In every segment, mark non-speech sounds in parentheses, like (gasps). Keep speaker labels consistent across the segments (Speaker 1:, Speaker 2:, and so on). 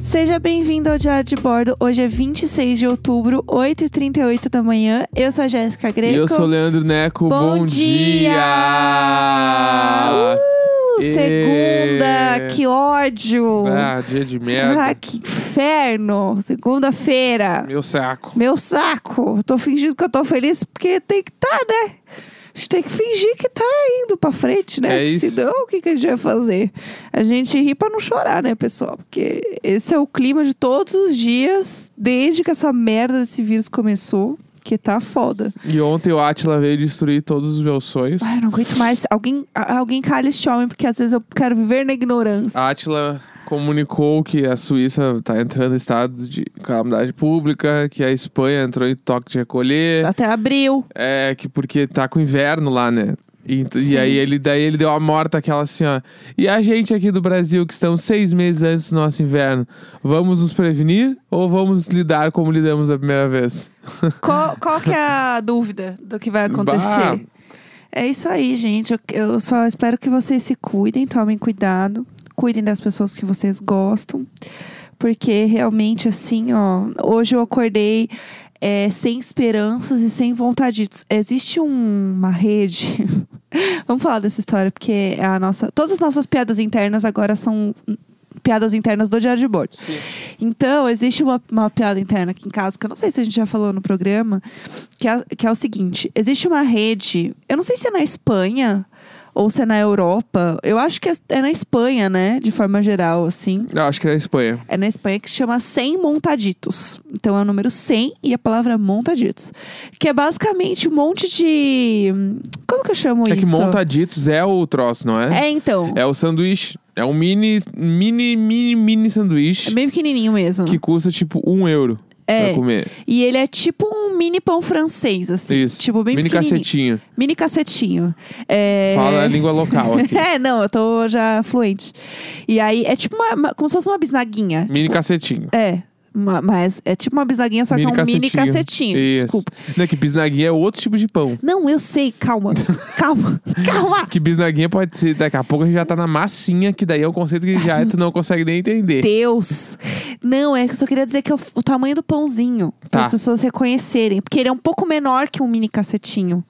Speaker 1: Seja bem-vindo ao Diário de Bordo. Hoje é 26 de outubro, 8h38 da manhã. Eu sou a Jéssica
Speaker 2: E
Speaker 1: Greco.
Speaker 2: eu sou o Leandro Neco.
Speaker 1: Bom
Speaker 2: Bom,
Speaker 1: dia! Uh,
Speaker 2: dia! Ê!
Speaker 1: segunda! Que ódio!
Speaker 2: Ah, dia de
Speaker 1: Ah,
Speaker 2: merda.
Speaker 1: que inferno! Segunda-feira!
Speaker 2: Meu saco.
Speaker 1: Meu saco! Tô fingindo que eu tô feliz porque tem que tá, né? A gente tem que fingir que tá indo pra frente, né?
Speaker 2: É isso.
Speaker 1: Senão, o que, que a gente vai fazer? A gente ri pra não chorar, né, pessoal? Porque esse é o clima de todos os dias, desde que essa merda desse vírus começou, que tá foda.
Speaker 2: E ontem o Atila veio destruir todos os meus sonhos.
Speaker 1: Ai, eu não aguento mais. Alguém, a- alguém calha este homem, porque às vezes eu quero viver na ignorância.
Speaker 2: A Atila comunicou que a Suíça tá entrando em estado de calamidade pública, que a Espanha entrou em toque de recolher,
Speaker 1: Até abril.
Speaker 2: é que porque tá com inverno lá, né? E, ent- e
Speaker 1: Sim.
Speaker 2: aí ele daí ele deu a morta aquela assim, ó. E a gente aqui do Brasil, que estamos seis meses antes do nosso inverno, vamos nos prevenir ou vamos lidar como lidamos da primeira vez?
Speaker 1: Qual, qual que é a dúvida do que vai acontecer? É isso aí, gente. Eu, eu só espero que vocês se cuidem, tomem cuidado. Cuidem das pessoas que vocês gostam. Porque realmente, assim, ó. Hoje eu acordei é, sem esperanças e sem vontade. Existe um- uma rede. (laughs) Vamos falar dessa história, porque a nossa, todas as nossas piadas internas agora são hum, piadas internas do Diário de Bordo. Então, existe uma, uma piada interna aqui em casa, que eu não sei se a gente já falou no programa, que é, que é o seguinte: existe uma rede, eu não sei se é na Espanha ou se é na Europa, eu acho que é, é na Espanha, né? De forma geral, assim.
Speaker 2: Eu acho que é a Espanha.
Speaker 1: É na Espanha que se chama 100 montaditos. Então é o número 100 e a palavra montaditos. Que é basicamente um monte de. Como que eu chamo
Speaker 2: É
Speaker 1: isso?
Speaker 2: que montaditos é o troço, não é?
Speaker 1: É, então.
Speaker 2: o sanduíche. É um mini, mini, mini, mini
Speaker 1: É
Speaker 2: sanduíche
Speaker 1: bem pequenininho mesmo.
Speaker 2: que custa tipo um euro
Speaker 1: É.
Speaker 2: pra comer.
Speaker 1: E ele é tipo um mini pão francês, assim.
Speaker 2: Isso.
Speaker 1: Tipo, bem
Speaker 2: mini
Speaker 1: pequenininho.
Speaker 2: cacetinho.
Speaker 1: Mini cacetinho. É...
Speaker 2: Fala a língua local
Speaker 1: (laughs)
Speaker 2: aqui.
Speaker 1: É, não, eu tô já fluente. E aí, é tipo uma, uma- como se fosse uma bisnaguinha.
Speaker 2: mini cacetinho.
Speaker 1: É, uma- mas é tipo uma bisnaguinha, só que é um mini cacetinho.
Speaker 2: Isso.
Speaker 1: Desculpa.
Speaker 2: Não, que bisnaguinha é outro tipo de pão.
Speaker 1: Não, eu sei,
Speaker 2: (laughs)
Speaker 1: calma, calma, calma.
Speaker 2: Que bisnaguinha pode ser, daqui a pouco a gente já tá na massinha, que daí é um conceito que já tu não consegue nem entender.
Speaker 1: Deus. Não, é que eu só queria dizer que é o, o tamanho do pãozinho. Pra
Speaker 2: Tá.
Speaker 1: as pessoas reconhecerem. Porque ele é um pouco menor que um mini cacetinho.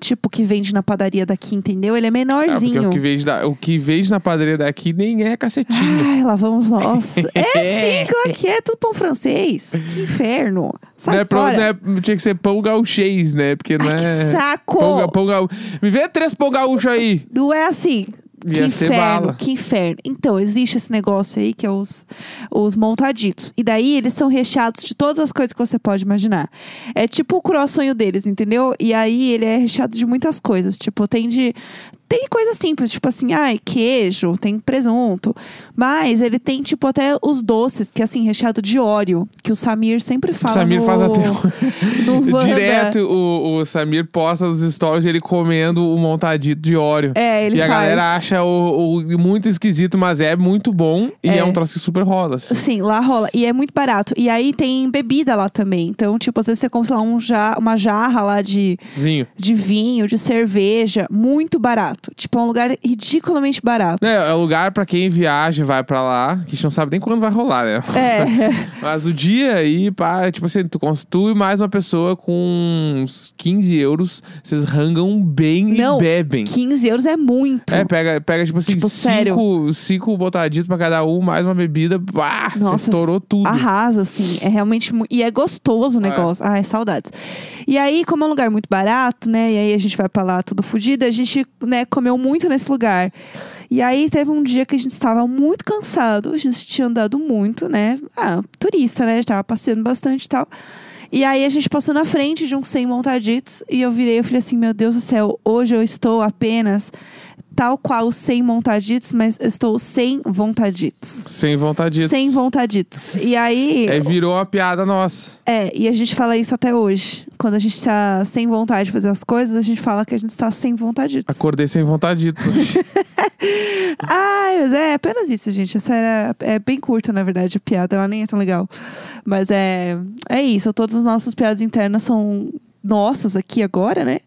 Speaker 1: Tipo, que vende na padaria daqui, entendeu? Ele é
Speaker 2: Ah, porque
Speaker 1: menorzinho.
Speaker 2: o que, vende da- o que vende na padaria daqui nem é cacetinho.
Speaker 1: Ai, lá vamos
Speaker 2: (laughs)
Speaker 1: nós. é sim, claro que é. Tudo pão francês. Que inferno. (gasps) Sai
Speaker 2: não é pão-
Speaker 1: fora.
Speaker 2: não é- tinha que ser pão gauchês, né? Porque não
Speaker 1: Ai,
Speaker 2: é.
Speaker 1: que saco.
Speaker 2: Pão, ga- pão gaú- Me vê três pão gaúcho aí.
Speaker 1: Não é assim.
Speaker 2: Ia
Speaker 1: Que
Speaker 2: ser
Speaker 1: inferno,
Speaker 2: bala.
Speaker 1: que inferno. Então, existe esse negócio aí que é os, os montaditos. E daí eles são recheados de todas as coisas que você pode imaginar. É tipo o croissant deles, entendeu? E aí ele é recheado de muitas coisas. Tipo, tem de. Tem coisas simples, tipo assim, ai, queijo, tem presunto. Mas ele tem, tipo, até os doces, que é assim, recheado de óleo, que o Samir sempre fala.
Speaker 2: Samir
Speaker 1: no...
Speaker 2: faz até
Speaker 1: (laughs) no
Speaker 2: (laughs)
Speaker 1: Wanda.
Speaker 2: Direto o, o Samir posta nos stories ele comendo o montadito de óleo.
Speaker 1: É, ele
Speaker 2: e a
Speaker 1: faz.
Speaker 2: galera acha o, o muito esquisito, mas é muito bom e é, um troço que super rola. assim.
Speaker 1: Sim, lá rola. E é muito barato. E aí tem bebida lá também. Então, tipo, às vezes você compra sei lá, um ja uma jarra lá de,
Speaker 2: Vinho.
Speaker 1: de vinho, de cerveja. Muito barato. Tipo, é um lugar ridiculamente
Speaker 2: (laughs)
Speaker 1: barato.
Speaker 2: É, é lugar pra quem viaja, vai pra lá, que a gente não sabe nem quando vai rolar, né?
Speaker 1: (laughs) É.
Speaker 2: Mas o dia aí, pá, tipo assim, tu, cons- tu e mais uma pessoa com uns 15 euros, vocês rangam bem
Speaker 1: Não,
Speaker 2: e bebem.
Speaker 1: 15 euros é muito.
Speaker 2: É, pega, pega tipo assim,
Speaker 1: Tipo, sério.
Speaker 2: cinco, cinco botaditos pra cada um, mais uma bebida, pá,
Speaker 1: Nossa,
Speaker 2: estourou tudo.
Speaker 1: Arrasa, assim. É realmente. mu- E é gostoso o
Speaker 2: É.
Speaker 1: negócio. Ai, saudades. E aí, como é um lugar muito barato, né? E aí a gente vai pra lá tudo fodido. A gente, né, comeu muito nesse lugar. E aí teve um dia que a gente estava muito cansado. A gente tinha andado muito, né? Ah, turista, né? A gente tava passeando bastante e tal. E aí a gente passou na frente de uns 100 montaditos. E eu virei e falei assim: Meu Deus do céu, hoje eu estou apenas. Tal qual os 100 montaditos, mas eu estou sem vontaditos.
Speaker 2: Sem vontaditos.
Speaker 1: Sem vontaditos. E aí,
Speaker 2: Aí virou uma piada nossa.
Speaker 1: é, e a gente fala isso até hoje. Quando a gente tá sem vontade de fazer as coisas, a gente fala que a gente tá sem vontaditos.
Speaker 2: Acordei sem vontaditos. hoje.
Speaker 1: (laughs) Ai, mas é apenas isso, gente. Essa era, é bem curta, na verdade, a piada. Ela nem é tão legal. Mas é, é isso. Todas as nossas piadas internas são nossas aqui agora, né?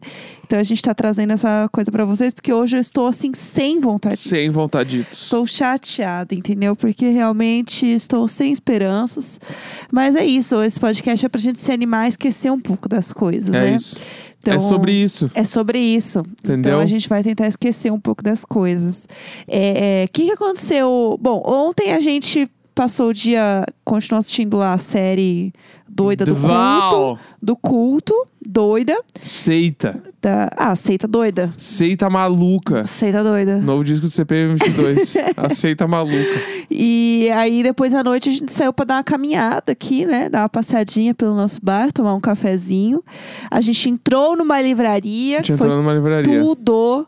Speaker 1: Então a gente tá trazendo essa coisa pra vocês, porque hoje eu estou assim, sem vontade.
Speaker 2: Sem vontaditos.
Speaker 1: Estou chateada, entendeu? Porque realmente estou sem esperanças. Mas é isso, esse podcast é pra gente se animar e esquecer um pouco das coisas,
Speaker 2: É
Speaker 1: né?
Speaker 2: isso.
Speaker 1: Então,
Speaker 2: é sobre isso.
Speaker 1: É sobre isso.
Speaker 2: Entendeu?
Speaker 1: Então a gente vai tentar esquecer um pouco das coisas. É, é, O que, que aconteceu? Bom, ontem a gente passou o dia, continuou assistindo lá a série doida do culto.
Speaker 2: Val.
Speaker 1: Do culto, doida.
Speaker 2: Seita.
Speaker 1: Da... Ah, seita doida.
Speaker 2: Seita maluca.
Speaker 1: Seita doida.
Speaker 2: Novo disco do CPM
Speaker 1: (laughs)
Speaker 2: 22. a seita maluca.
Speaker 1: E aí, depois à noite, a gente saiu pra dar uma caminhada aqui, né? Dar uma passeadinha pelo nosso bairro, tomar um cafezinho. A gente entrou numa livraria,
Speaker 2: A gente
Speaker 1: que foi
Speaker 2: entrou numa livraria.
Speaker 1: tudo.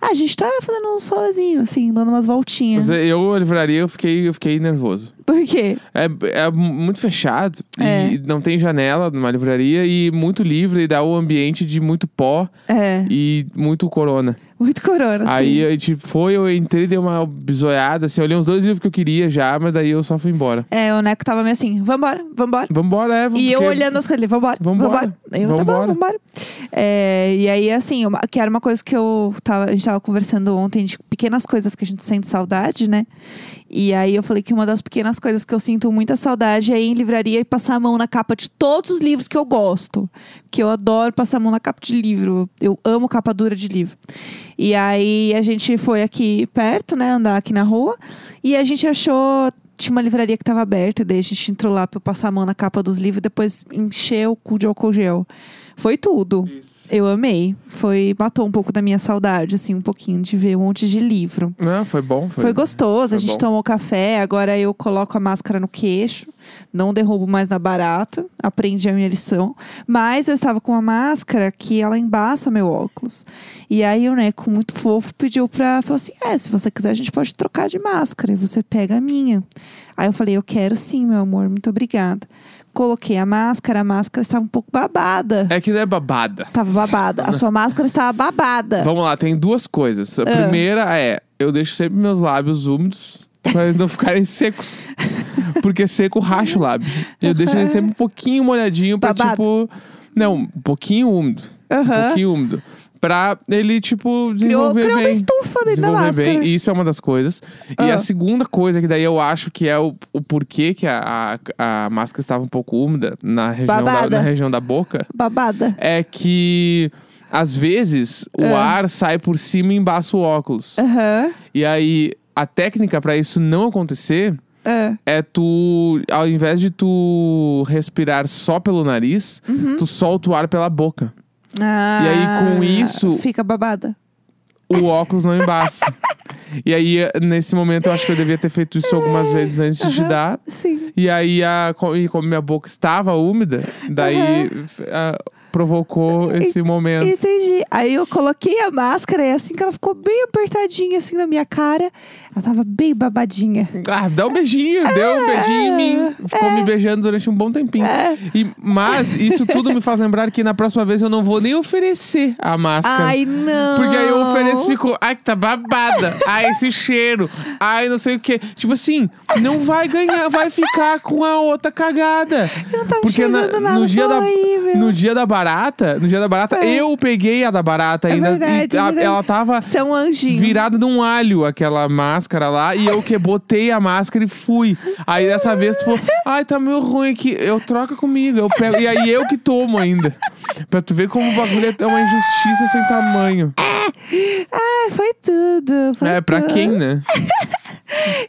Speaker 1: Ah, a gente tá fazendo um sozinho, assim, dando umas voltinhas.
Speaker 2: Mas eu, a livraria, eu fiquei, eu fiquei nervoso.
Speaker 1: Por quê?
Speaker 2: É, é muito fechado.
Speaker 1: É.
Speaker 2: E não tem janela numa livraria. E muito livre. E dá o ambiente de muito pó
Speaker 1: É,
Speaker 2: e muito corona.
Speaker 1: muito corona, assim.
Speaker 2: Aí a gente foi, eu entrei, dei uma bizoiada. Assim, eu li uns dois livros que eu queria já. Mas daí eu só fui embora.
Speaker 1: É, o Neco tava meio assim, vambora, vambora.
Speaker 2: Vambora, é.
Speaker 1: E eu
Speaker 2: porque-
Speaker 1: olhando as coisas, ele, vambora,
Speaker 2: Vambora,
Speaker 1: vambora. Eu, tá bom,
Speaker 2: vambora.
Speaker 1: vambora. É, e aí, assim, uma- que era uma coisa que eu tava, a gente tava conversando ontem de pequenas coisas que a gente sente saudade, né? E aí eu falei que uma das pequenas coisas que eu sinto muita saudade é ir em livraria e passar a mão na capa de todos os livros que eu gosto. Que eu adoro passar a mão na capa de livro. Eu amo capa dura de livro. E aí a gente foi aqui perto, né? Andar aqui na rua. E a gente achou. Tinha uma livraria que estava aberta, daí a gente entrou lá pra eu passar a mão na capa dos livros e depois encher o cu de álcool gel. Foi tudo. Eu amei. Foi, matou um pouco da minha saudade, assim, um pouquinho de ver um monte de livro.
Speaker 2: Não, foi bom.
Speaker 1: Foi, gostoso,
Speaker 2: foi
Speaker 1: a gente
Speaker 2: bom.
Speaker 1: tomou café, agora eu coloco a máscara no queixo, não derrubo mais na barata, aprendi a minha lição. Mas eu estava com uma máscara que ela embaça meu óculos. E aí o Neco, muito fofo, pediu pra. Falou assim: é, se você quiser, a gente pode trocar de máscara e você pega a minha. Aí eu falei: eu quero sim, meu amor, muito obrigada. Coloquei a máscara, a máscara estava um pouco babada.
Speaker 2: É que não é babada.
Speaker 1: Tava babada. A sua máscara estava babada.
Speaker 2: Vamos lá, tem duas coisas. A
Speaker 1: Ah.
Speaker 2: primeira é, eu deixo sempre meus lábios úmidos pra eles não ficarem
Speaker 1: (laughs)
Speaker 2: secos. Porque seco racha o lábio. Eu deixo ele sempre um pouquinho molhadinho pra
Speaker 1: Babado.
Speaker 2: tipo. Não, um pouquinho úmido. Um
Speaker 1: Aham.
Speaker 2: pouquinho úmido. Pra ele, tipo,
Speaker 1: Criou,
Speaker 2: desenvolver
Speaker 1: criou uma
Speaker 2: bem.
Speaker 1: estufa dentro da
Speaker 2: Desenvolver
Speaker 1: máscara.
Speaker 2: bem. Isso é uma das coisas. E
Speaker 1: Ah.
Speaker 2: a segunda coisa, que daí eu acho que é o, o porquê que a, a, a máscara estava um pouco úmida na região, da,
Speaker 1: Babada.
Speaker 2: na região da boca
Speaker 1: Babada.
Speaker 2: é que às vezes o ar sai por cima e embaça o
Speaker 1: É.
Speaker 2: óculos.
Speaker 1: Aham.
Speaker 2: E aí a técnica pra isso não acontecer
Speaker 1: É.
Speaker 2: é tu, ao invés de tu respirar só pelo nariz, tu solta o ar pela boca.
Speaker 1: Ah,
Speaker 2: E aí, com isso-
Speaker 1: Fica babada.
Speaker 2: O óculos não embaça. E aí, eh, nesse momento, eu acho que eu devia ter feito isso algumas vezes antes de te
Speaker 1: Aham.
Speaker 2: dar.
Speaker 1: Sim.
Speaker 2: E aí, a, co- e como minha boca estava úmida, daí f- ah, provocou esse momento.
Speaker 1: Entendi. Aí eu coloquei a máscara e assim que ela ficou bem apertadinha assim na minha cara, ela tava bem babadinha.
Speaker 2: Ah, dá um beijinho, deu um beijinho em mim.
Speaker 1: É,
Speaker 2: Ficou me beijando durante um bom tempinho. E, mas isso tudo me faz lembrar que na próxima vez eu não vou nem oferecer a máscara.
Speaker 1: Ai, não.
Speaker 2: Porque aí eu ofereço e fico, ai, que tá babada. ai, esse cheiro. Ai, não sei o quê. Tipo assim, não vai ganhar, vai ficar com a outra cagada.
Speaker 1: Eu não tava
Speaker 2: Porque na-
Speaker 1: enxergando nada.
Speaker 2: no, dia
Speaker 1: Fala
Speaker 2: da,
Speaker 1: aí, meu.
Speaker 2: no dia da barata, no dia da barata,
Speaker 1: É.
Speaker 2: eu peguei a da barata
Speaker 1: É
Speaker 2: ainda. e
Speaker 1: verdade, é
Speaker 2: a-
Speaker 1: verdade.
Speaker 2: ela tava
Speaker 1: Você é um anjinho.
Speaker 2: virada num alho aquela máscara lá e eu que botei a máscara e fui. Aí dessa vez tu falou, ai, tá meio ruim aqui, eu troca comigo, eu pego. E aí eu que tomo ainda. Pra tu ver como o bagulho é uma injustiça sem tamanho.
Speaker 1: Ai, É, foi tudo. foi
Speaker 2: É, pra
Speaker 1: tudo.
Speaker 2: quem, né?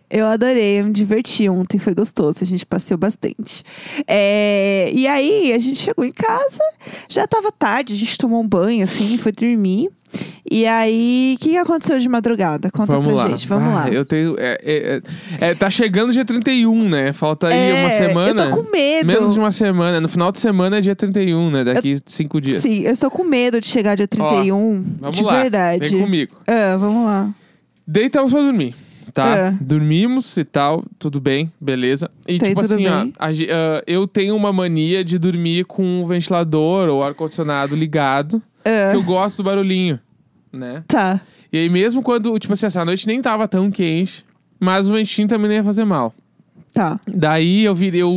Speaker 1: Eu adorei, eu me diverti ontem, foi gostoso, a gente passeou bastante. É, e aí, a gente chegou em casa, já tava tarde, a gente tomou um banho, assim, foi dormir. E aí, o que que aconteceu de madrugada? Conta
Speaker 2: vamos
Speaker 1: pra
Speaker 2: lá.
Speaker 1: gente, vamos
Speaker 2: Ah,
Speaker 1: lá.
Speaker 2: Eu tenho. é, é, é, é, tá chegando dia 31, né? Falta aí
Speaker 1: É,
Speaker 2: uma semana.
Speaker 1: Eu tô com medo.
Speaker 2: Menos de um uma semana. No final de semana é dia 31, né? Daqui cinco dias.
Speaker 1: Sim, eu estou com medo de chegar dia 31,
Speaker 2: Vamos
Speaker 1: de
Speaker 2: lá.
Speaker 1: verdade.
Speaker 2: Vem comigo.
Speaker 1: Ah, vamos lá.
Speaker 2: Deitamos pra dormir, tá?
Speaker 1: É.
Speaker 2: Dormimos e tal, tudo bem, beleza. E
Speaker 1: Tem
Speaker 2: tipo
Speaker 1: tudo
Speaker 2: assim, ó,
Speaker 1: bem.
Speaker 2: a ge- ah, eu tenho uma mania de dormir com o ventilador ou ar-condicionado ligado,
Speaker 1: Ah,
Speaker 2: que eu gosto do barulhinho, né?
Speaker 1: Tá.
Speaker 2: assim, E aí mesmo quando, tipo assim, essa noite nem tava tão quente, mas o ventinho também não ia fazer mal.
Speaker 1: Tá.
Speaker 2: Daí eu virei. Eu,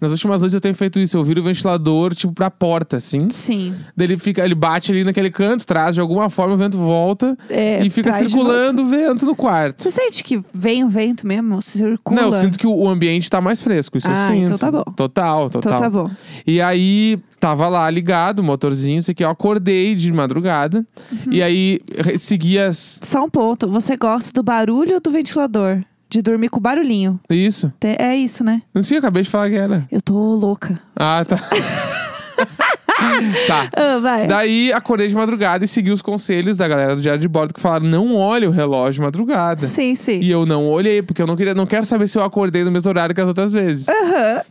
Speaker 2: nas últimas noites eu tenho feito isso. Eu viro o ventilador, tipo, pra porta, assim.
Speaker 1: Sim.
Speaker 2: Daí ele fica, ele bate ali naquele canto, traz de alguma forma, o vento volta
Speaker 1: É,
Speaker 2: e fica
Speaker 1: traz de
Speaker 2: circulando o vento no quarto.
Speaker 1: Você sente que vem o vento mesmo? Circula?
Speaker 2: Não, eu sinto que o ambiente tá mais fresco, isso eu
Speaker 1: Ah,
Speaker 2: sinto.
Speaker 1: então tá bom.
Speaker 2: Total, total.
Speaker 1: Então tá bom.
Speaker 2: E aí, tava lá ligado, o motorzinho, isso aqui. Eu acordei de madrugada.
Speaker 1: Uhum.
Speaker 2: E aí, re- segui as...
Speaker 1: Só um ponto. Você gosta do barulho do ventilador? De dormir com barulhinho.
Speaker 2: Isso.
Speaker 1: Te- É isso, né?
Speaker 2: Não sei, eu acabei de falar que era.
Speaker 1: Eu tô louca.
Speaker 2: Ah, tá. (laughs) tá.
Speaker 1: Ah, vai.
Speaker 2: Daí, acordei de madrugada e segui os conselhos da galera do Diário de Bordo que falaram, não olhe o relógio de madrugada.
Speaker 1: Sim, sim.
Speaker 2: E eu não olhei, porque eu não queria, não quero saber se eu acordei no mesmo horário que as outras vezes.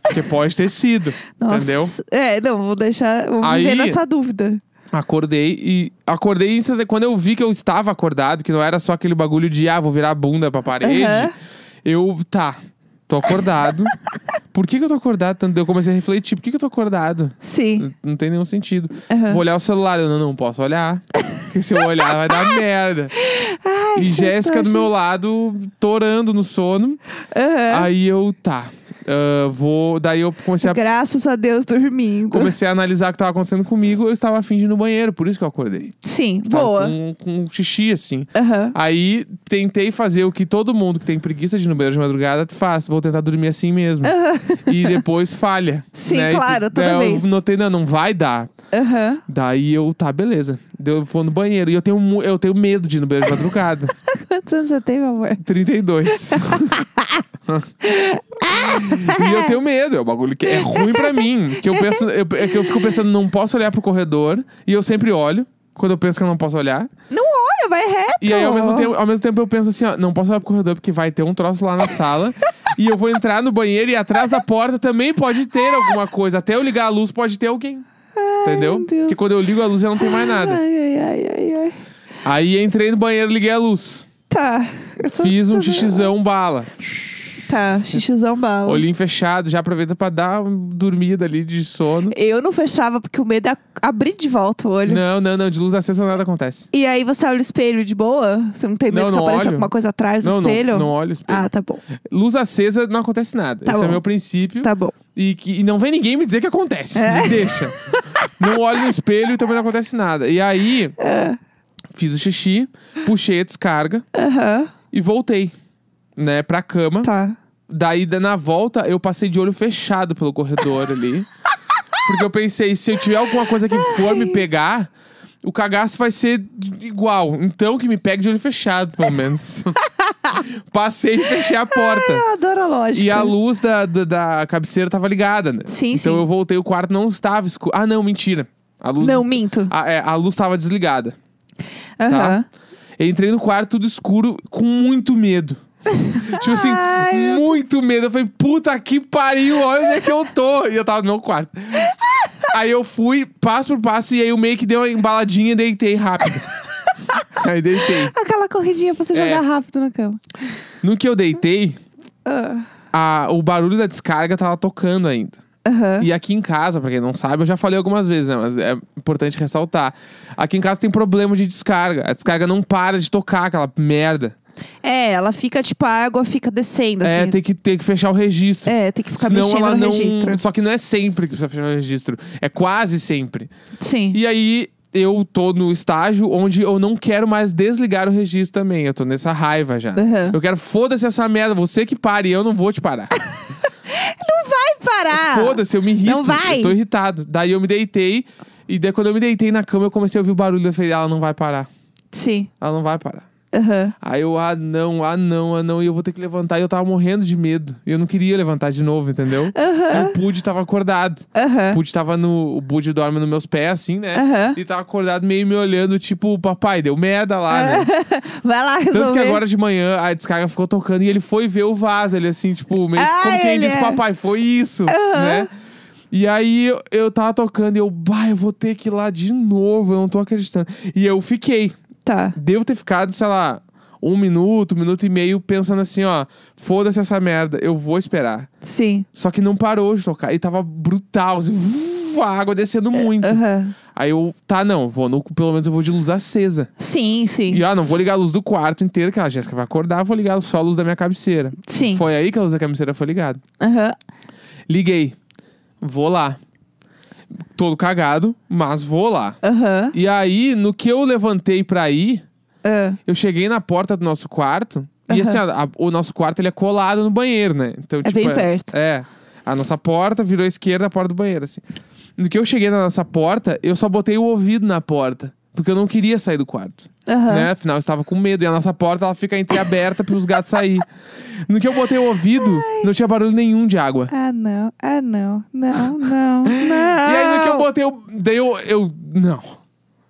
Speaker 2: Porque pode ter sido.
Speaker 1: (laughs) Nossa.
Speaker 2: Entendeu?
Speaker 1: É, não, vou deixar. Vou
Speaker 2: Aí-
Speaker 1: viver nessa dúvida.
Speaker 2: Acordei e acordei e quando eu vi que eu estava acordado, que não era só aquele bagulho de ah, vou virar a bunda pra parede,
Speaker 1: Aham.
Speaker 2: eu tá, tô
Speaker 1: (laughs)
Speaker 2: acordado. Por que, que eu tô acordado tanto? Eu comecei a refletir, por que, que eu tô acordado?
Speaker 1: Sim.
Speaker 2: N- Não tem nenhum sentido.
Speaker 1: Aham.
Speaker 2: Vou olhar o celular, eu não, não posso olhar. Porque se eu olhar,
Speaker 1: (laughs)
Speaker 2: vai dar merda.
Speaker 1: Ai,
Speaker 2: E Jéssica
Speaker 1: fantástico.
Speaker 2: do meu lado, torando no sono.
Speaker 1: Aham.
Speaker 2: Aí eu, tá. ah, vou. Daí eu comecei a,
Speaker 1: Graças a Deus dormindo.
Speaker 2: comecei a analisar o que tava acontecendo comigo. Eu estava afim de ir no banheiro, por isso que eu acordei.
Speaker 1: Sim,
Speaker 2: Tava
Speaker 1: boa.
Speaker 2: Tá Com, com xixi, assim.
Speaker 1: Aham.
Speaker 2: Aí tentei fazer o que todo mundo que tem preguiça de ir no banheiro de madrugada faz. Vou tentar dormir assim mesmo. E depois falha.
Speaker 1: Sim,
Speaker 2: né? E
Speaker 1: claro,
Speaker 2: daí
Speaker 1: toda
Speaker 2: eu
Speaker 1: vez.
Speaker 2: notei, não, não vai dar.
Speaker 1: Aham.
Speaker 2: Daí eu, tá, beleza. Daí Eu vou no banheiro. E eu tenho, mu- eu tenho medo de ir no banheiro de
Speaker 1: (laughs)
Speaker 2: madrugada.
Speaker 1: Quantos anos você tem, meu amor?
Speaker 2: 32. e eu tenho medo, é um bagulho que é ruim pra mim. Que eu penso, eu, é que eu fico pensando, não posso olhar pro corredor. E eu sempre olho quando eu penso que eu não posso olhar.
Speaker 1: Não olha, vai reto.
Speaker 2: E aí, ao mesmo, tempo, ao mesmo tempo, eu penso assim, ó, não posso olhar pro corredor porque vai ter um troço lá na sala. e eu vou entrar no banheiro e atrás da porta também pode ter alguma coisa. Até eu ligar a luz pode ter alguém. Entendeu?
Speaker 1: meu Deus.
Speaker 2: Porque quando eu ligo a luz já não tem mais nada.
Speaker 1: Ai, ai, ai, ai, ai.
Speaker 2: Aí entrei no banheiro, liguei a luz.
Speaker 1: Tá. Eu tô-
Speaker 2: Fiz um
Speaker 1: tô-
Speaker 2: xixizão bala.
Speaker 1: Tá, xixizão bala.
Speaker 2: Olhinho fechado, já aproveita pra dar uma dormida ali de sono.
Speaker 1: Eu não fechava porque o medo é abrir de volta o olho.
Speaker 2: Não, não, não, de luz acesa nada acontece.
Speaker 1: E aí você olha o espelho de boa? Você não tem medo
Speaker 2: Não,
Speaker 1: que
Speaker 2: não
Speaker 1: apareça
Speaker 2: olho.
Speaker 1: alguma coisa atrás do
Speaker 2: Não,
Speaker 1: espelho?
Speaker 2: não, não olha o espelho.
Speaker 1: Ah, tá bom.
Speaker 2: Luz acesa não acontece nada.
Speaker 1: Tá
Speaker 2: Esse é
Speaker 1: bom.
Speaker 2: meu princípio.
Speaker 1: Tá bom.
Speaker 2: E, que, e não vem ninguém me dizer que acontece. Me deixa. não olho no espelho e também não acontece nada. E aí, fiz o xixi, puxei a descarga
Speaker 1: Aham.
Speaker 2: e voltei, né, pra cama.
Speaker 1: Tá.
Speaker 2: Daí, da- na volta, eu passei de olho fechado pelo corredor ali. porque eu pensei, se eu tiver alguma coisa que for me pegar, o cagaço vai ser igual. Então que me pegue de olho fechado, pelo menos. passei e fechei a porta.
Speaker 1: Eu adoro a lógica.
Speaker 2: E a luz da, da, da cabeceira tava ligada, né?
Speaker 1: Tipo- Sim,
Speaker 2: então
Speaker 1: sim.
Speaker 2: eu voltei, o quarto não estava escuro. Ah, não, mentira. A luz.
Speaker 1: Não, minto.
Speaker 2: a, é, a luz tava desligada. Ah, tá.
Speaker 1: Aham.
Speaker 2: Eu entrei no quarto tudo escuro com
Speaker 1: (laughs)
Speaker 2: muito medo. tipo assim,
Speaker 1: Ai,
Speaker 2: muito medo. Eu falei, puta que pariu, olha onde é que eu tô. E eu tava no
Speaker 1: (laughs)
Speaker 2: meu quarto. aí eu fui, passo por passo, e aí eu meio que dei uma embaladinha e deitei
Speaker 1: (laughs)
Speaker 2: rápido. aí deitei.
Speaker 1: Aquela corridinha pra você
Speaker 2: É.
Speaker 1: jogar rápido na cama.
Speaker 2: No que eu deitei,
Speaker 1: Ah,
Speaker 2: a- o barulho da descarga tava tocando ainda.
Speaker 1: Aham.
Speaker 2: E aqui em casa, pra quem não sabe, eu já falei algumas vezes, né? Mas é importante ressaltar. Aqui em casa tem problema de descarga. A descarga não para de tocar aquela merda.
Speaker 1: É, ela fica tipo, a água fica descendo,
Speaker 2: é,
Speaker 1: assim.
Speaker 2: tem que, tem que fechar o registro.
Speaker 1: É, tem que ficar
Speaker 2: Senão
Speaker 1: mexendo
Speaker 2: ela
Speaker 1: no
Speaker 2: não.
Speaker 1: registro.
Speaker 2: Só que não é sempre que precisa fechar o registro. É quase sempre.
Speaker 1: Sim.
Speaker 2: E aí. Eu tô no estágio onde eu não quero mais desligar o registro também. Eu tô nessa raiva já.
Speaker 1: Aham.
Speaker 2: Eu quero, foda-se essa merda, você que pare, eu não vou te parar.
Speaker 1: Vai parar!
Speaker 2: Foda-se, eu me irrito.
Speaker 1: Ah, Não vai.
Speaker 2: Eu tô irritado. Daí eu me deitei. E daí quando eu me deitei na cama, eu comecei a ouvir o barulho. Eu falei, "Ah, ela não vai parar.
Speaker 1: Sim.
Speaker 2: Ela não vai parar.
Speaker 1: Aham.
Speaker 2: Aí eu, ah não, ah não, ah não. E eu vou ter que levantar. E eu tava morrendo de medo. E eu não queria levantar de novo, entendeu? E o Pude tava acordado.
Speaker 1: Aham.
Speaker 2: O Pude tava no... O Pude dorme nos meus pés, assim, né?
Speaker 1: Aham.
Speaker 2: E tava acordado meio me olhando, tipo, papai, deu merda lá, né?
Speaker 1: Vai lá resolver.
Speaker 2: Tanto que agora de manhã a descarga ficou tocando e ele foi ver o vaso. Ele assim, tipo, meio que
Speaker 1: Ah,
Speaker 2: como quem
Speaker 1: ele
Speaker 2: disse,
Speaker 1: é.
Speaker 2: papai, foi isso, né? E aí eu, eu tava tocando e eu, bah, eu vou ter que ir lá de novo, eu não tô acreditando. E eu fiquei.
Speaker 1: Tá.
Speaker 2: Devo ter ficado, sei lá, um minuto, um minuto e meio, pensando assim, ó, foda-se essa merda, eu vou esperar.
Speaker 1: Sim.
Speaker 2: Só que não parou de tocar. E tava brutal, assim, a água descendo muito.
Speaker 1: É, Aham.
Speaker 2: Aí eu, tá, não, vou no, pelo menos eu vou de luz acesa.
Speaker 1: Sim, sim.
Speaker 2: E ah, não vou ligar a luz do quarto inteiro, que a Jéssica vai acordar, vou ligar só a luz da minha cabeceira.
Speaker 1: Sim.
Speaker 2: Foi aí que a luz da cabeceira foi ligada.
Speaker 1: Aham.
Speaker 2: Liguei. Vou lá. Todo cagado, mas vou lá.
Speaker 1: Aham.
Speaker 2: E aí, no que eu levantei pra ir,
Speaker 1: ah,
Speaker 2: eu cheguei na porta do nosso quarto. E
Speaker 1: Aham.
Speaker 2: assim, a- a- o nosso quarto ele é colado no banheiro, né? Então,
Speaker 1: É
Speaker 2: tipo,
Speaker 1: bem perto.
Speaker 2: É. A nossa porta virou à esquerda a porta do banheiro, assim. No que eu cheguei na nossa porta, eu só botei o ouvido na porta. Porque eu não queria sair do quarto.
Speaker 1: Aham.
Speaker 2: Né? Afinal, eu estava com medo. E a nossa porta ela fica entreaberta pros gatos sair. (laughs) No que eu botei o ouvido, não tinha barulho nenhum de água.
Speaker 1: Ah, não. Ah, não. Não, não, não.
Speaker 2: (laughs) E aí, no que eu botei, eu, daí eu, eu. Não.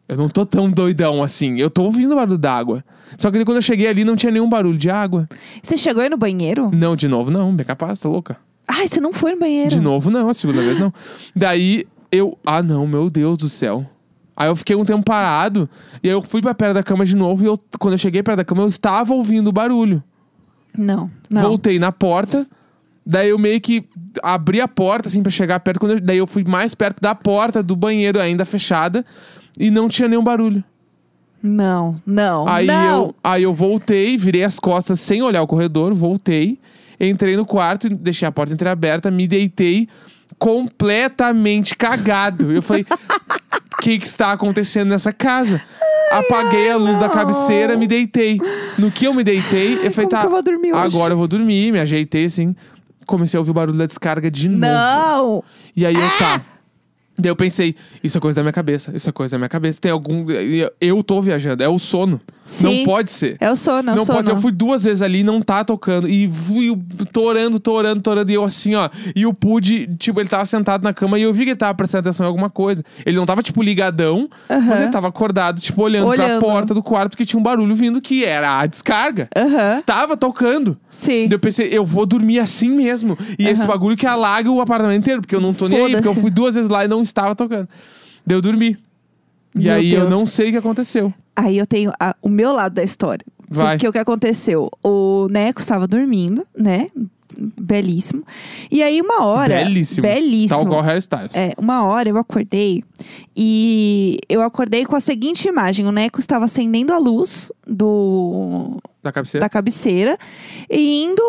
Speaker 2: Eu não tô tão doidão assim. Eu tô ouvindo o barulho da água. Só que daí quando eu cheguei ali, não tinha nenhum barulho de água.
Speaker 1: Você chegou aí no banheiro?
Speaker 2: Não, de novo não. Bem capaz, tá louca?
Speaker 1: Ai, você não foi no banheiro.
Speaker 2: De novo não, a segunda vez não. Daí eu. Ah, não, meu Deus do céu. Aí eu fiquei um tempo parado. E aí eu fui pra perto da cama de novo. E eu, quando eu cheguei perto da cama, eu estava ouvindo o barulho.
Speaker 1: Não, não.
Speaker 2: Voltei na porta. Daí eu meio que abri a porta, assim, pra chegar perto. Quando eu- daí eu fui mais perto da porta do banheiro, ainda fechada. E não tinha nenhum barulho.
Speaker 1: Não, não.
Speaker 2: Aí,
Speaker 1: não.
Speaker 2: eu, aí eu voltei, virei as costas sem olhar o corredor, voltei. Entrei no quarto, deixei a porta entreaberta, me deitei completamente cagado. Eu falei, (laughs) o que, que está acontecendo nessa casa? Apaguei a luz da
Speaker 1: não.
Speaker 2: cabeceira, me deitei. No que eu me deitei, eu
Speaker 1: como
Speaker 2: falei, tá,
Speaker 1: que eu vou dormir hoje?"
Speaker 2: agora eu vou dormir, me ajeitei assim. Comecei a ouvir o barulho da descarga de novo.
Speaker 1: Não!
Speaker 2: E aí
Speaker 1: É!
Speaker 2: eu tá. Daí eu pensei, isso é coisa da minha cabeça, isso é coisa da minha cabeça. Tem algum. Eu tô viajando, é o sono.
Speaker 1: Sim.
Speaker 2: Não pode ser.
Speaker 1: É o sono, é o
Speaker 2: não
Speaker 1: sono.
Speaker 2: pode ser. Eu fui duas vezes ali e não tá tocando. E fui torando, torando, torando. E eu assim, ó. E o Pude, tipo, ele tava sentado na cama e eu vi que ele tava prestando atenção em alguma coisa. Ele não tava, tipo, ligadão, mas
Speaker 1: Aham.
Speaker 2: ele tava acordado, tipo, olhando, pra
Speaker 1: Olhando.
Speaker 2: porta do quarto, porque tinha um barulho vindo que era a descarga.
Speaker 1: Aham.
Speaker 2: Estava tocando.
Speaker 1: Sim.
Speaker 2: Daí eu pensei, eu vou dormir assim mesmo. E esse
Speaker 1: Aham.
Speaker 2: bagulho que alaga o apartamento inteiro, porque eu não tô nem aí, porque eu
Speaker 1: Foda-se.
Speaker 2: fui duas vezes lá e não estava tocando. Daí eu dormi. E
Speaker 1: Meu
Speaker 2: aí eu
Speaker 1: Deus.
Speaker 2: não sei o que aconteceu.
Speaker 1: Aí eu tenho a- o meu lado da história.
Speaker 2: Vai.
Speaker 1: Porque o que aconteceu? O Neco estava dormindo, né? Belíssimo. E aí uma hora...
Speaker 2: belíssimo.
Speaker 1: Belíssimo.
Speaker 2: Tal qual Harry Styles.
Speaker 1: É, uma hora eu acordei e eu acordei com a seguinte imagem: o Neco estava acendendo a luz do
Speaker 2: Da cabeceira.
Speaker 1: da cabeceira e indo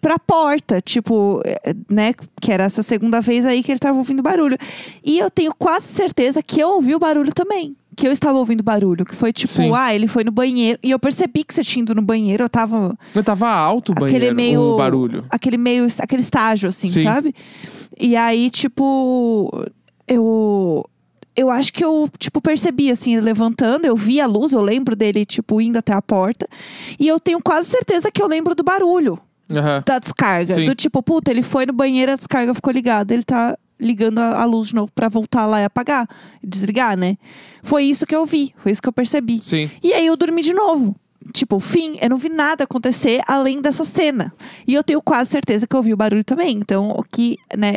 Speaker 1: pra porta, tipo, eh, né, que era essa segunda vez aí que ele tava ouvindo barulho. E eu tenho quase certeza que eu ouvi o barulho também. Que eu estava ouvindo barulho, que foi tipo,
Speaker 2: Sim.
Speaker 1: ah, ele foi no banheiro. E eu percebi que você tinha ido no banheiro, eu tava
Speaker 2: Mas tava alto o
Speaker 1: aquele
Speaker 2: banheiro,
Speaker 1: meio
Speaker 2: o barulho.
Speaker 1: aquele meio aquele estágio assim
Speaker 2: Sim.
Speaker 1: sabe e aí tipo eu eu acho que eu tipo percebi assim ele levantando eu vi a luz eu lembro dele tipo indo até a porta e eu tenho quase certeza que eu lembro do barulho
Speaker 2: Aham.
Speaker 1: da descarga
Speaker 2: Sim.
Speaker 1: do tipo puta ele foi no banheiro a descarga ficou ligada ele tá ligando a, a luz de novo pra voltar lá e apagar desligar né foi isso que eu vi foi isso que eu percebi
Speaker 2: Sim.
Speaker 1: e aí eu dormi de novo. Tipo, fim, eu não vi nada acontecer além dessa cena. E eu tenho quase certeza que eu ouvi o barulho também. Então, o que, né,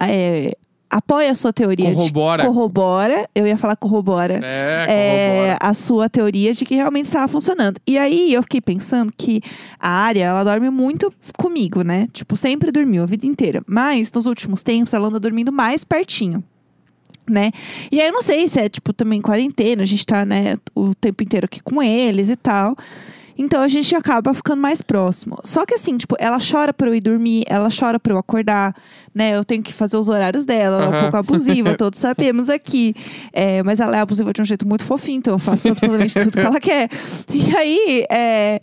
Speaker 1: é, apoia a sua teoria.
Speaker 2: Corrobora.
Speaker 1: De, corrobora, eu ia falar corrobora.
Speaker 2: É,
Speaker 1: É,
Speaker 2: corrobora.
Speaker 1: a sua teoria de que realmente estava funcionando. E aí eu fiquei pensando que a área, ela dorme muito comigo, né? Tipo, sempre dormiu a vida inteira. Mas nos últimos tempos ela anda dormindo mais pertinho. Né? E aí eu não sei se é tipo também quarentena, a gente tá, né, o tempo inteiro aqui com eles e tal. Então a gente acaba ficando mais próximo. Só que assim, tipo, ela chora pra eu ir dormir, ela chora pra eu acordar, né? Eu tenho que fazer os horários dela, ela é um
Speaker 2: Aham.
Speaker 1: pouco
Speaker 2: (laughs)
Speaker 1: abusiva, todos sabemos aqui. É, mas ela é abusiva de um jeito muito fofinho, então eu faço absolutamente tudo que ela quer. E aí, é,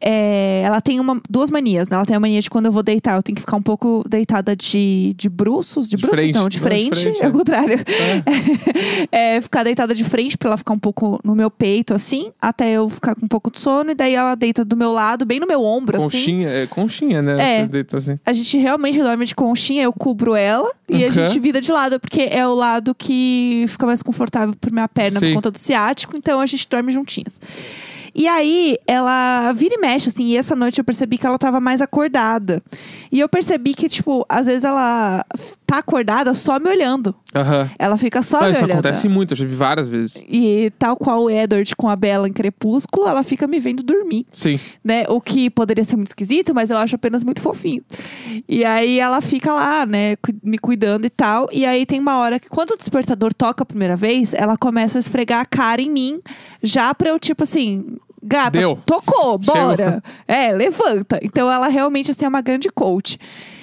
Speaker 1: é, ela tem uma, duas manias, né? Ela tem a mania de quando eu vou deitar, eu tenho que ficar um pouco deitada de, de bruços, de,
Speaker 2: De
Speaker 1: bruços
Speaker 2: frente.
Speaker 1: não, de
Speaker 2: Não, de
Speaker 1: frente,
Speaker 2: frente,
Speaker 1: é
Speaker 2: é.
Speaker 1: o contrário. (laughs)
Speaker 2: É.
Speaker 1: É, ficar deitada de frente pra ela ficar um pouco no meu peito, assim, até eu ficar com um pouco de sono, e daí ela deita do meu lado, bem no meu ombro, assim.
Speaker 2: Conchinha, é conchinha, né?
Speaker 1: É.
Speaker 2: Vocês deitam assim.
Speaker 1: A gente realmente dorme de conchinha, eu cubro ela e a
Speaker 2: Uhum.
Speaker 1: gente vira de lado, porque é o lado que fica mais confortável pra minha perna por
Speaker 2: Sim.
Speaker 1: conta do ciático, então a gente dorme juntinhas. E aí, ela vira e mexe, assim, e essa noite eu percebi que ela tava mais acordada. E eu percebi que, tipo, às vezes ela tá acordada só me olhando.
Speaker 2: Aham.
Speaker 1: Ela fica só
Speaker 2: Não,
Speaker 1: me
Speaker 2: Ah, isso
Speaker 1: olhando.
Speaker 2: acontece muito, eu já vi várias vezes.
Speaker 1: E tal qual o Edward com a Bella em Crepúsculo, ela fica me vendo dormir.
Speaker 2: Sim.
Speaker 1: Né? O que poderia ser muito esquisito, mas eu acho apenas muito fofinho. E aí ela fica lá, né, cu- me cuidando e tal. E aí tem uma hora que, quando o despertador toca a primeira vez, ela começa a esfregar a cara em mim, já pra eu, tipo assim. Gata,
Speaker 2: Deu.
Speaker 1: tocou,
Speaker 2: Chegou.
Speaker 1: bora. É, levanta. Então ela realmente assim, é uma grande coach.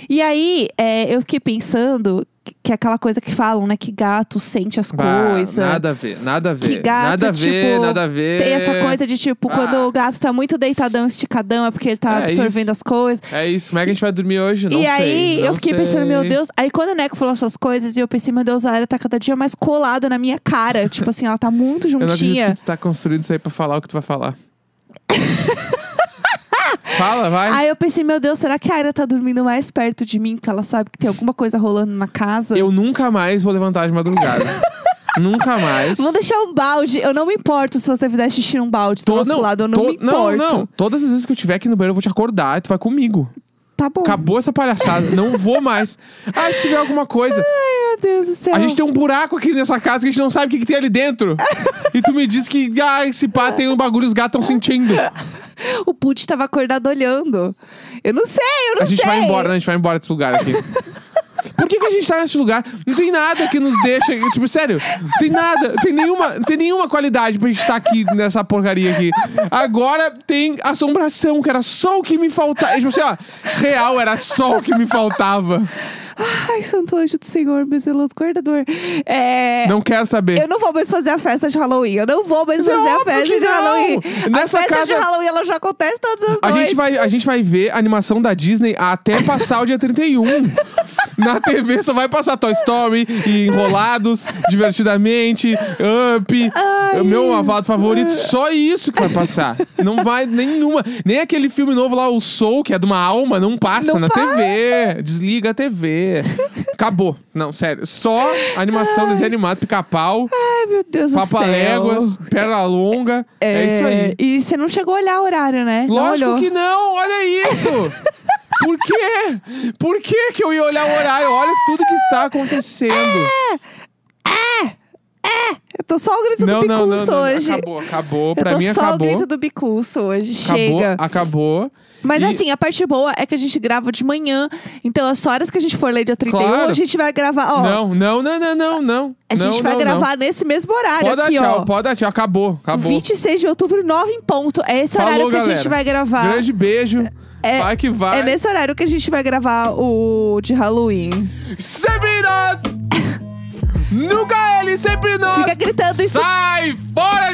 Speaker 1: E aí é, eu fiquei pensando que, que é aquela coisa que falam, né? Que gato sente as
Speaker 2: Bah,
Speaker 1: coisas.
Speaker 2: Nada a ver, nada a ver.
Speaker 1: Que gato,
Speaker 2: nada a ver,
Speaker 1: tipo,
Speaker 2: nada a ver.
Speaker 1: Tem essa coisa de tipo,
Speaker 2: Ah.
Speaker 1: quando o gato tá muito deitadão, esticadão, é porque ele tá
Speaker 2: É
Speaker 1: absorvendo
Speaker 2: isso.
Speaker 1: as coisas.
Speaker 2: É isso, como é que a gente vai dormir hoje? Não
Speaker 1: e
Speaker 2: sei.
Speaker 1: aí
Speaker 2: não
Speaker 1: eu fiquei
Speaker 2: sei.
Speaker 1: pensando, meu Deus. Aí quando o Neco falou essas coisas, eu pensei, meu Deus, a Aria tá cada dia mais colada na minha
Speaker 2: (laughs)
Speaker 1: cara. tipo assim, ela tá muito
Speaker 2: Eu não acredito
Speaker 1: juntinha.
Speaker 2: que tu tá construindo isso aí pra falar o que tu vai falar. (laughs) Fala, vai.
Speaker 1: Aí eu pensei, meu Deus, será que a Aria tá dormindo mais perto de mim? Porque ela sabe que tem alguma coisa rolando na casa.
Speaker 2: Eu nunca mais vou levantar
Speaker 1: (laughs)
Speaker 2: de madrugada. nunca mais.
Speaker 1: Vou deixar um balde. Eu não me importo se você fizer xixi num balde do
Speaker 2: To-
Speaker 1: nosso lado. Eu não
Speaker 2: to-
Speaker 1: me importo.
Speaker 2: Não, não. Todas as vezes que eu tiver aqui no banheiro, eu vou te acordar e tu vai comigo.
Speaker 1: Tá bom.
Speaker 2: Acabou essa palhaçada. não vou mais. Ah, se tiver alguma coisa.
Speaker 1: Meu Deus do céu.
Speaker 2: A gente tem um buraco aqui nessa casa que a gente não sabe o que, que tem ali dentro. e tu me diz que, ah, esse pá tem um bagulho, os gatos estão sentindo.
Speaker 1: O Put tava acordado olhando. Eu não sei, eu não
Speaker 2: A gente
Speaker 1: sei.
Speaker 2: vai embora, né? A gente vai embora desse lugar
Speaker 1: (laughs)
Speaker 2: aqui. Por que, que a gente tá nesse lugar? Não tem nada que nos deixa. Tipo, sério, não tem nada, não tem nenhuma, não tem nenhuma qualidade pra gente estar aqui nessa porcaria aqui. Agora tem assombração, que era só o que me faltava. Tipo assim, ó, real era só o que me faltava.
Speaker 1: Ai, santo anjo do Senhor, meu zeloso guardador. É,
Speaker 2: Não quero saber.
Speaker 1: Eu não vou mais fazer a festa de Halloween. Eu não vou mais
Speaker 2: Mas é
Speaker 1: fazer a
Speaker 2: óbvio
Speaker 1: festa
Speaker 2: que
Speaker 1: de
Speaker 2: não.
Speaker 1: Halloween.
Speaker 2: Nessa
Speaker 1: a festa de
Speaker 2: casa-
Speaker 1: Halloween ela já acontece todas as
Speaker 2: A
Speaker 1: noites.
Speaker 2: gente, vai, a gente vai ver a animação da Disney até passar o dia 31. (laughs) Na TV só vai passar Toy Story e Enrolados, Divertidamente, Up,
Speaker 1: Ai.
Speaker 2: o meu avado favorito. Só isso que vai passar. Não vai nenhuma. Nem aquele filme novo lá, o Soul, que é de uma alma, não passa
Speaker 1: Não
Speaker 2: na
Speaker 1: passa.
Speaker 2: TV. Desliga a TV. Acabou. Não, sério. Só animação, desenho animado, pica-pau,
Speaker 1: Ai, meu Deus do céu.
Speaker 2: papaléguas, perna longa. É... isso aí.
Speaker 1: E você não chegou a olhar o horário, né? não
Speaker 2: Lógico
Speaker 1: olhou.
Speaker 2: que não, olha
Speaker 1: (laughs)
Speaker 2: isso! Por quê? Por que que eu ia olhar o horário? Olha tudo que está acontecendo.
Speaker 1: É, Eu tô só o grito
Speaker 2: não,
Speaker 1: do
Speaker 2: não, não,
Speaker 1: bicurso
Speaker 2: não,
Speaker 1: hoje.
Speaker 2: Acabou, acabou.
Speaker 1: Eu
Speaker 2: Pra
Speaker 1: tô
Speaker 2: mim
Speaker 1: só o
Speaker 2: acabou.
Speaker 1: grito do bicurso hoje.
Speaker 2: acabou,
Speaker 1: Chega.
Speaker 2: acabou.
Speaker 1: Mas
Speaker 2: E-
Speaker 1: assim, a parte boa é que a gente grava de manhã. Então, as horas que a gente for ler dia 31,
Speaker 2: Claro.
Speaker 1: a gente vai gravar, ó.
Speaker 2: Não, não, não, não, não, não.
Speaker 1: a gente
Speaker 2: não,
Speaker 1: vai
Speaker 2: não,
Speaker 1: gravar nesse mesmo
Speaker 2: não.
Speaker 1: horário
Speaker 2: Pode dar
Speaker 1: aqui,
Speaker 2: tchau,
Speaker 1: ó.
Speaker 2: pode dar tchau. Acabou, acabou.
Speaker 1: 26 de outubro, 9 em ponto. É esse
Speaker 2: Falou,
Speaker 1: horário que a
Speaker 2: galera.
Speaker 1: gente vai gravar.
Speaker 2: Grande beijo. vai que vai.
Speaker 1: É nesse horário que a gente vai gravar o de Halloween.
Speaker 2: Sempre nós! Nunca ele, sempre nós!
Speaker 1: Fica gritando isso.
Speaker 2: Sai fora